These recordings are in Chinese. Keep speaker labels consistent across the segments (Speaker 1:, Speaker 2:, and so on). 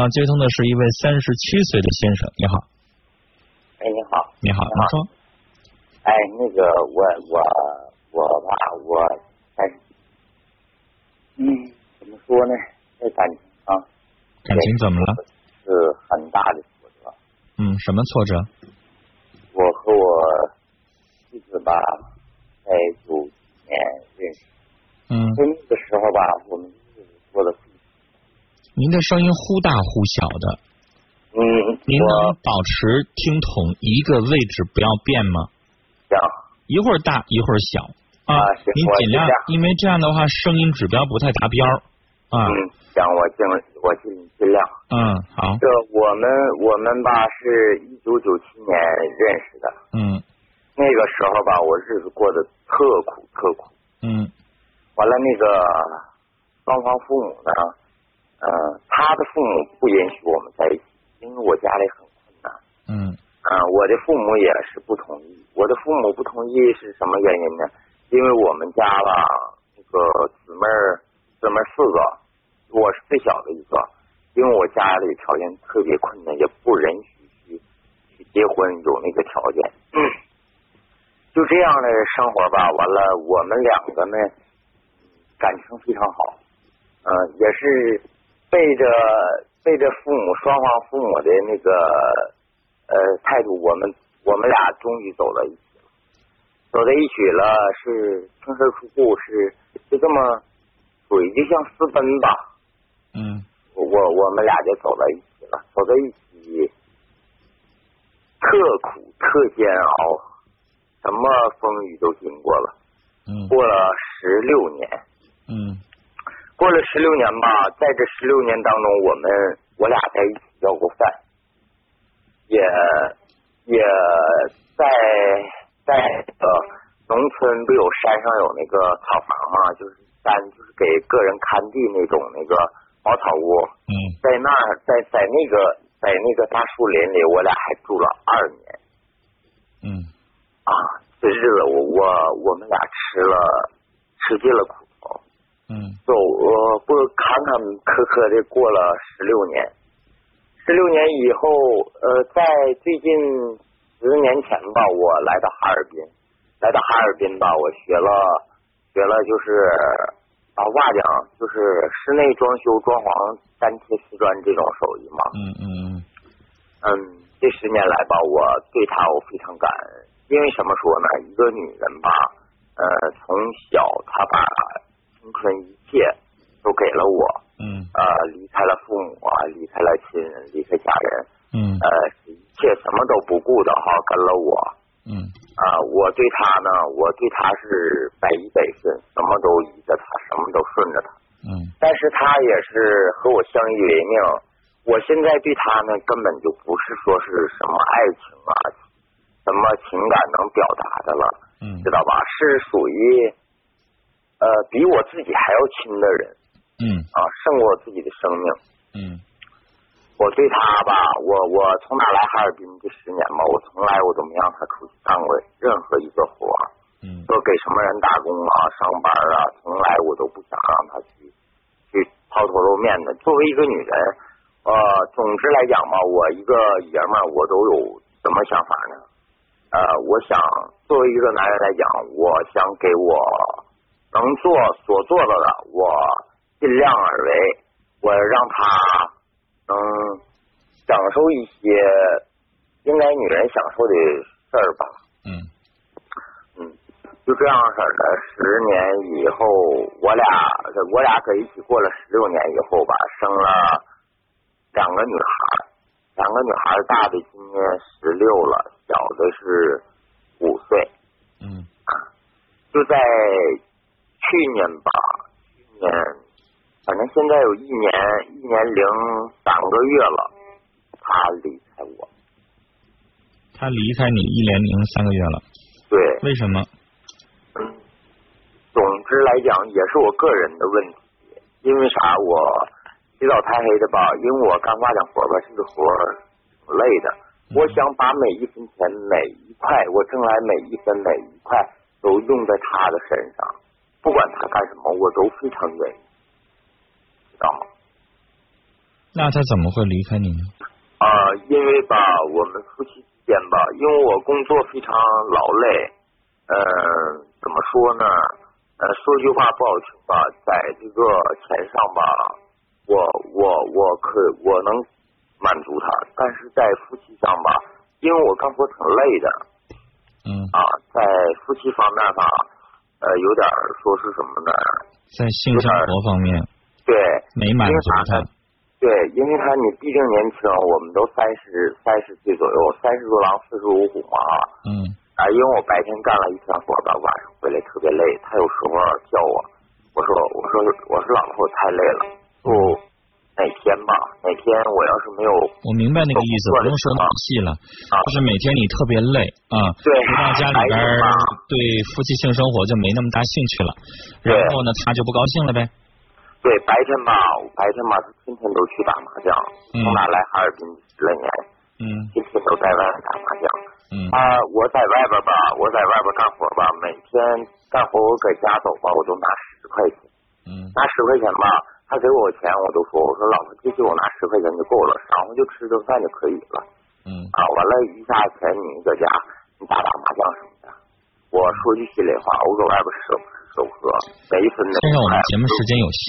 Speaker 1: 啊，接通的是一位三十七岁的先生，你好，
Speaker 2: 哎，你好，
Speaker 1: 你好，啊您说，
Speaker 2: 哎，那个我我我吧，我哎，嗯，怎么说呢？在感情上
Speaker 1: 感情怎么了？
Speaker 2: 是很大的挫折。
Speaker 1: 嗯，什么挫折？
Speaker 2: 我和我妻子吧，在九几年认识，
Speaker 1: 嗯，
Speaker 2: 在那个时候吧，我们日子过得不
Speaker 1: 您的声音忽大忽小的，
Speaker 2: 嗯，
Speaker 1: 您
Speaker 2: 我
Speaker 1: 能保持听筒一个位置不要变吗？
Speaker 2: 想
Speaker 1: 一会儿大一会儿小啊
Speaker 2: 啊行
Speaker 1: 您
Speaker 2: 我
Speaker 1: 尽
Speaker 2: 尽
Speaker 1: 量
Speaker 2: 量，
Speaker 1: 因为这样的话声音指标不太达标啊。
Speaker 2: 嗯想我尽我尽尽量。
Speaker 1: 嗯，好，
Speaker 2: 这我们我们吧是一九九七年认识的，
Speaker 1: 嗯
Speaker 2: 那个时候吧，我日子过得特苦特苦。
Speaker 1: 嗯
Speaker 2: 完了，那个双方父母呢，呃，他的父母不允许我们在一起，因为我家里很困难。
Speaker 1: 嗯
Speaker 2: 啊、我的父母也是不同意。我的父母不同意是什么原因呢？因为我们家吧，那个姊妹儿姊妹儿四个，我是最小的一个。因为我家里条件特别困难，也不允许去去结婚有那个条件。嗯就这样的生活吧，完了，我们两个呢感情非常好，嗯、也是背着背着父母双方父母的那个呃态度，我们我们俩终于走到一起了，走在一起了是净身出户，是就这么属于就像私奔吧，
Speaker 1: 嗯
Speaker 2: 我我我们俩就走到一起了，走到一起，特苦特煎熬，什么风雨都经过了。
Speaker 1: 嗯
Speaker 2: 过了十六年，
Speaker 1: 嗯
Speaker 2: 过了十六年吧，在这十六年当中，我们我俩在一起要过饭，也也在在呃农村不有山上有那个草房嘛，就是山就是给个人看地那种那个茅草屋，
Speaker 1: 嗯
Speaker 2: 在那儿，在在那个在那个大树林里，我俩还住了二年
Speaker 1: 嗯
Speaker 2: 啊！这日子我我我们俩吃了吃尽了苦头，
Speaker 1: 嗯
Speaker 2: 走呃不坎坎坷坷的过了十六年，十六年以后，呃，在最近十年前吧，我来到哈尔滨，来到哈尔滨吧，我学了学了就是啊瓦匠，就是室内装修、装潢、粘贴瓷砖这种手艺嘛。
Speaker 1: 嗯嗯嗯
Speaker 2: 嗯，这十年来吧，我对她我非常感恩，因为什么说呢？一个女人吧，呃，从小她把青春一切都给了我，
Speaker 1: 嗯
Speaker 2: 呃，离开了父母啊，离开了亲人，离开家人，
Speaker 1: 嗯
Speaker 2: 呃，一切什么都不顾的哈，跟了我
Speaker 1: 嗯
Speaker 2: 啊、我对她呢，我对她是百依百顺，什么都依着她，什么都顺着她。
Speaker 1: 嗯
Speaker 2: 但是他也是和我相依为命。我现在对他呢，根本就不是说是什么爱情啊，什么情感能表达的了，
Speaker 1: 嗯
Speaker 2: 知道吧？是属于，呃，比我自己还要亲的人
Speaker 1: 嗯
Speaker 2: 啊，胜过我自己的生命。
Speaker 1: 嗯
Speaker 2: 我对他吧，我我从哪来哈尔滨这十年吧，我从来我都没让他出去干过任何一个活儿。
Speaker 1: 嗯
Speaker 2: 说给什么人打工啊、上班啊，从来我都不想让她去去抛头露面的。作为一个女人，呃，总之来讲吧，我一个爷们儿，我都有什么想法呢？呃，我想作为一个男人来讲，我想给我能做所做到的，我尽量而为，我让她能享受一些应该女人享受的事儿吧。
Speaker 1: 嗯
Speaker 2: 嗯，就这样式儿的。十年以后，我俩我俩搁一起过了十六年以后吧，生了两个女孩儿，两个女孩儿大的今年十六了，小的是五岁。
Speaker 1: 嗯
Speaker 2: 就在去年吧，去年反正现在有一年一年零三个月了，他离开我。
Speaker 1: 他离开你一年零三个月了，
Speaker 2: 对，
Speaker 1: 为什么？
Speaker 2: 总之来讲，也是我个人的问题。因为啥？我起早贪黑的吧，因为我干挖匠活吧，这个活儿挺累的。我想把每一分钱、每一块我挣来每一分每一块都用在他的身上，不管他干什么，我都非常愿意，知道吗？
Speaker 1: 那他怎么会离开你呢？
Speaker 2: 啊、因为吧，我们夫妻之间吧，因为我工作非常劳累，呃，怎么说呢？呃，说句话不好听吧，在这个钱上吧，我我我可我能满足他，但是在夫妻上吧，因为我干活挺累的
Speaker 1: 嗯，
Speaker 2: 啊，在夫妻方面吧，呃，有点儿说是什么呢？
Speaker 1: 在性生活方面
Speaker 2: 对，
Speaker 1: 没满足他。
Speaker 2: 对，因为他你毕竟年轻，我们都三十三十岁左右，三十如狼，四十如虎嘛啊。
Speaker 1: 嗯
Speaker 2: 啊，因为我白天干了一天活吧，晚上回来特别累，他有时候叫我，我说我说我说老婆我太累了，就哪天吧，哪天我要是没有，啊
Speaker 1: 我明白那个意思，不用说那么细了，就是每天你特别累啊，
Speaker 2: 哦对
Speaker 1: 回到家里边
Speaker 2: 白天
Speaker 1: 儿
Speaker 2: 吧
Speaker 1: 对夫妻性生活就没那么大兴趣了，然
Speaker 2: 对
Speaker 1: 后呢他就不高兴了呗，
Speaker 2: 对白天吧，白天吧，他天天都去打麻将，
Speaker 1: 嗯
Speaker 2: 从哪来哈尔滨十来年，
Speaker 1: 嗯
Speaker 2: 天天都在外面打麻将。
Speaker 1: 嗯
Speaker 2: 啊，我在外边吧，我在外边干活吧，每天干活我搁家走吧，我都拿十块钱，
Speaker 1: 嗯
Speaker 2: 拿十块钱吧，他给我钱我都说，我说老婆，这次我拿十块钱就够了，晌午就吃顿饭就可以了
Speaker 1: 嗯
Speaker 2: 啊。完了，一下钱你搁家你打打麻将什么的，我说句心里话，我搁外边舍不吃舍不喝，没分的。
Speaker 1: 先生，我们节目时间有限，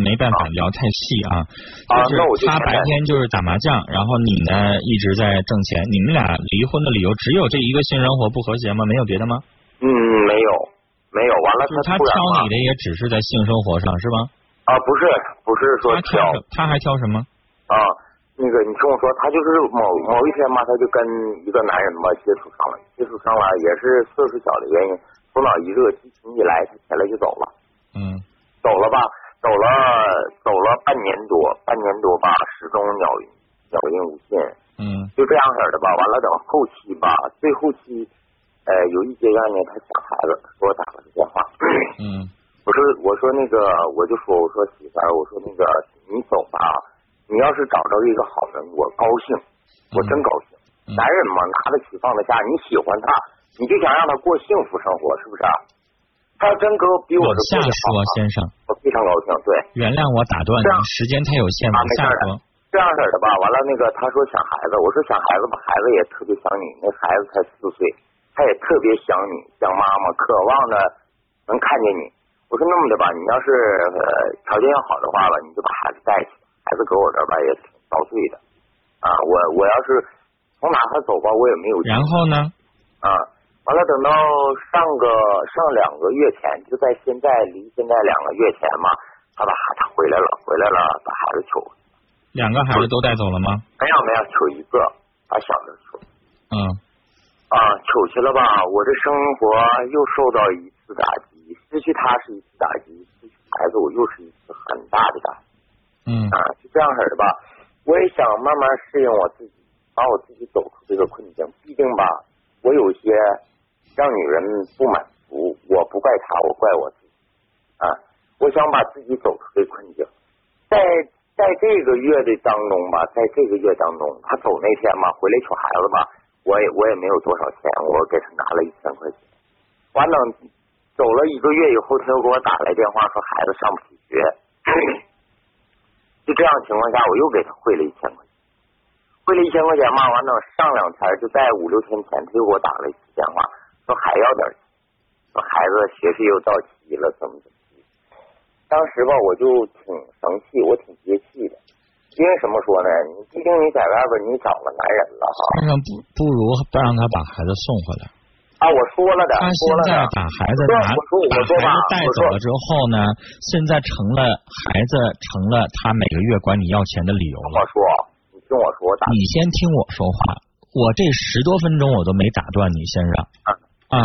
Speaker 1: 没办法聊太细啊。
Speaker 2: 啊
Speaker 1: 就
Speaker 2: 那我
Speaker 1: 是
Speaker 2: 就
Speaker 1: 他白
Speaker 2: 先来
Speaker 1: 天就是打麻将，然后你呢一直在挣钱。你们俩离婚的理由只有这一个性生活不和谐吗？没有别的吗？
Speaker 2: 嗯，没有没有，完了
Speaker 1: 就是
Speaker 2: 他
Speaker 1: 他
Speaker 2: 突然
Speaker 1: 挑
Speaker 2: 吧
Speaker 1: 你的也只是在性生活上是吧？
Speaker 2: 啊，不是不是说
Speaker 1: 他挑
Speaker 2: 挑
Speaker 1: 什他还挑什么？
Speaker 2: 啊，那个你听我说，他就是某某一天吧，他就跟一个男人吧接触上了，接触上了也是岁数小的原因，头脑一热，激情一来，他起来就走了，
Speaker 1: 嗯
Speaker 2: 走了吧，走了走了半年多，半年多吧，始终杳杳音无信，
Speaker 1: 嗯
Speaker 2: 就这样式儿的吧。完了，等后期吧，最后期，呃，有一阶段呢，他想孩子，给我打了个电话，
Speaker 1: 嗯
Speaker 2: 我说我说那个我就说我说媳妇儿我说那个你走吧，你要是找着一个好的，我高兴，我真高兴。
Speaker 1: 嗯
Speaker 2: 男人嘛，拿得起放得下，你喜欢他，你就想让他过幸福生活，是不是啊？他要真给我比我
Speaker 1: 往
Speaker 2: 是
Speaker 1: 下
Speaker 2: 过得好
Speaker 1: 说
Speaker 2: 啊，，
Speaker 1: 先生，
Speaker 2: 我非常高兴。对，
Speaker 1: 原谅我打断
Speaker 2: 这
Speaker 1: 你
Speaker 2: 样，
Speaker 1: 时间太有限，
Speaker 2: 啊
Speaker 1: 往
Speaker 2: 没
Speaker 1: 下
Speaker 2: 事儿
Speaker 1: 说。
Speaker 2: 这样式儿的吧，完了那个他说想孩子，我说想孩子吧，孩子也特别想你，那孩子才四岁，他也特别想你，想妈妈，渴望着能看见你。我说那么的吧，你要是呃条件要好的话吧，你就把孩子带去，孩子搁我这儿吧也挺遭罪的，啊，我我要是从哪他走吧，我也没有
Speaker 1: 然后呢？
Speaker 2: 啊。完了，等到上个上两个月前，就在现在离现在两个月前嘛，他把孩他回来了，回来了，把孩子娶回
Speaker 1: 两
Speaker 2: 来
Speaker 1: 个孩子都带走了吗？
Speaker 2: 没有没有，求一个，把小的求
Speaker 1: 嗯
Speaker 2: 啊，求去了吧？我这生活又受到一次打击，失去他是一次打击，失去孩子我又是一次很大的打击
Speaker 1: 嗯
Speaker 2: 啊，是这样式儿的吧？我也想慢慢适应我自己，把我自己走出这个困境。毕竟吧，我有些让女人不满足，我不怪她，我怪我自己啊。我想把自己走出这困境，在在这个月的当中吧，在这个月当中，他走那天吧，回来取孩子吧，我也我也没有多少钱，我给他拿了一千块钱。完了，走了一个月以后，他又给我打来电话说孩子上不起学，就这样情况下，我又给他汇了一千块钱，汇了一千块钱嘛，完了上两天就在五六天前，他又给我打了一次电话说还要点钱，说孩子学费又到期了，怎么怎么地。当时吧，我就挺生气，我挺憋气的，因为什么说呢？你毕竟你在外边你找了男人了哈
Speaker 1: 先生不不如不让他把孩子送回来。
Speaker 2: 啊，我说了的，
Speaker 1: 他
Speaker 2: 说
Speaker 1: 现
Speaker 2: 了
Speaker 1: 在
Speaker 2: 的。
Speaker 1: 把孩子
Speaker 2: 对
Speaker 1: 拿
Speaker 2: 我说我
Speaker 1: 把孩
Speaker 2: 说吧
Speaker 1: 子带
Speaker 2: 我
Speaker 1: 走
Speaker 2: 说
Speaker 1: 了之后呢，现在成了孩子成了他每个月管你要钱的理由
Speaker 2: 我
Speaker 1: 了。
Speaker 2: 说，你听我说，我打
Speaker 1: 你先听我说话，我这十多分钟我都没打断你，先生。
Speaker 2: 嗯
Speaker 1: 啊，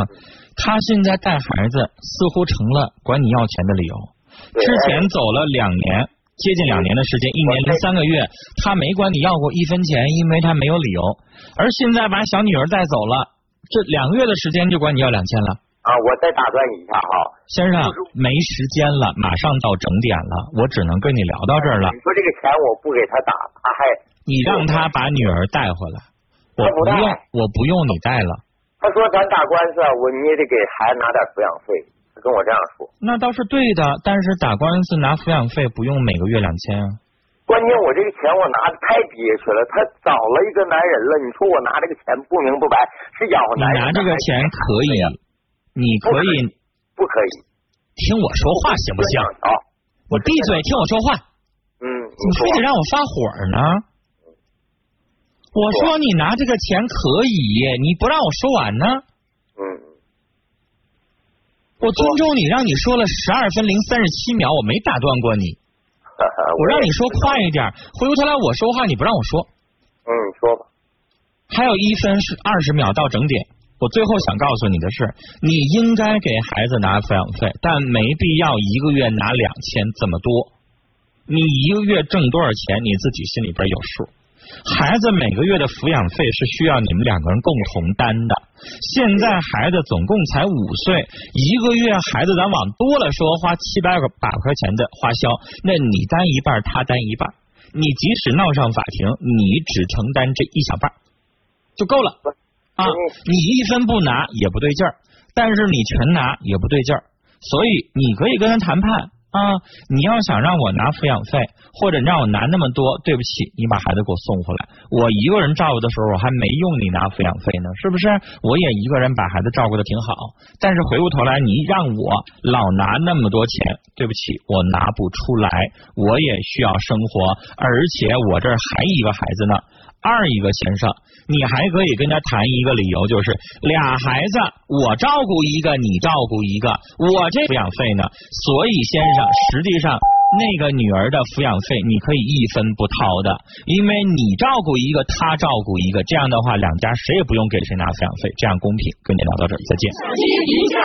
Speaker 1: 他现在带孩子似乎成了管你要钱的理由。
Speaker 2: 对
Speaker 1: 之前走了两年，接近两年的时间，一年零三个月，他没管你要过一分钱，因为他没有理由。而现在把小女儿带走了，这两个月的时间就管你要两千了。
Speaker 2: 啊，我再打断你一下哈。
Speaker 1: 先生，
Speaker 2: 嗯
Speaker 1: 没时间了，马上到整点了，我只能跟你聊到这儿了。
Speaker 2: 你说这个钱我不给他打，他还
Speaker 1: 你让他把女儿带回来，我
Speaker 2: 他不
Speaker 1: 不
Speaker 2: 带啊
Speaker 1: 用，我不用你带了。
Speaker 2: 他说咱打官司，啊我你也得给孩子拿点抚养费，他跟我这样说。
Speaker 1: 那倒是对的，但是打官司拿抚养费不用每个月两千啊。
Speaker 2: 不关键我这个钱我拿的太憋屈了，他找了一个男人了，你说我拿这个钱不明不白是养活
Speaker 1: 你
Speaker 2: 男人？
Speaker 1: 拿这个钱可以，你可以
Speaker 2: 不可以？
Speaker 1: 听我说话行不行？
Speaker 2: 好，
Speaker 1: 我闭嘴，听我说话，
Speaker 2: 哦嗯，
Speaker 1: 你非得让我发火呢？我说你拿这个钱可以，你不让我说完呢？
Speaker 2: 嗯，
Speaker 1: 我尊重你，让你说了十二分零三十七秒，我没打断过你，
Speaker 2: 哈哈
Speaker 1: 我让你说快一点，回过头来我说话你不让我说，
Speaker 2: 嗯，你说吧，
Speaker 1: 还有一分是二十秒到整点。我最后想告诉你的是，你应该给孩子拿抚养费，但没必要一个月拿两千这么多。你一个月挣多少钱，你自己心里边有数。孩子每个月的抚养费是需要你们两个人共同担的。现在孩子总共才五岁，一个月孩子咱往多了说花七百个百块钱的花销，那你担一半，他担一半。你即使闹上法庭，你只承担这一小半儿就够了啊！你一分不拿也不对劲儿，但是你全拿也不对劲儿，所以你可以跟他谈判啊。你要想让我拿抚养费，或者你让我拿那么多，对不起，你把孩子给我送回来。我一个人照顾的时候，我还没用你拿抚养费呢，是不是？我也一个人把孩子照顾的挺好，但是回过头来你让我老拿那么多钱，对不起，我拿不出来，我也需要生活，而且我这儿还一个孩子呢。二一个先生，你还可以跟他谈一个理由，就是俩孩子，我照顾一个，你照顾一个，我这抚养费呢？所以先生，实际上那个女儿的抚养费你可以一分不掏的，因为你照顾一个，他照顾一个，这样的话两家谁也不用给谁拿抚养费，这样公平。跟你聊到这儿，再见。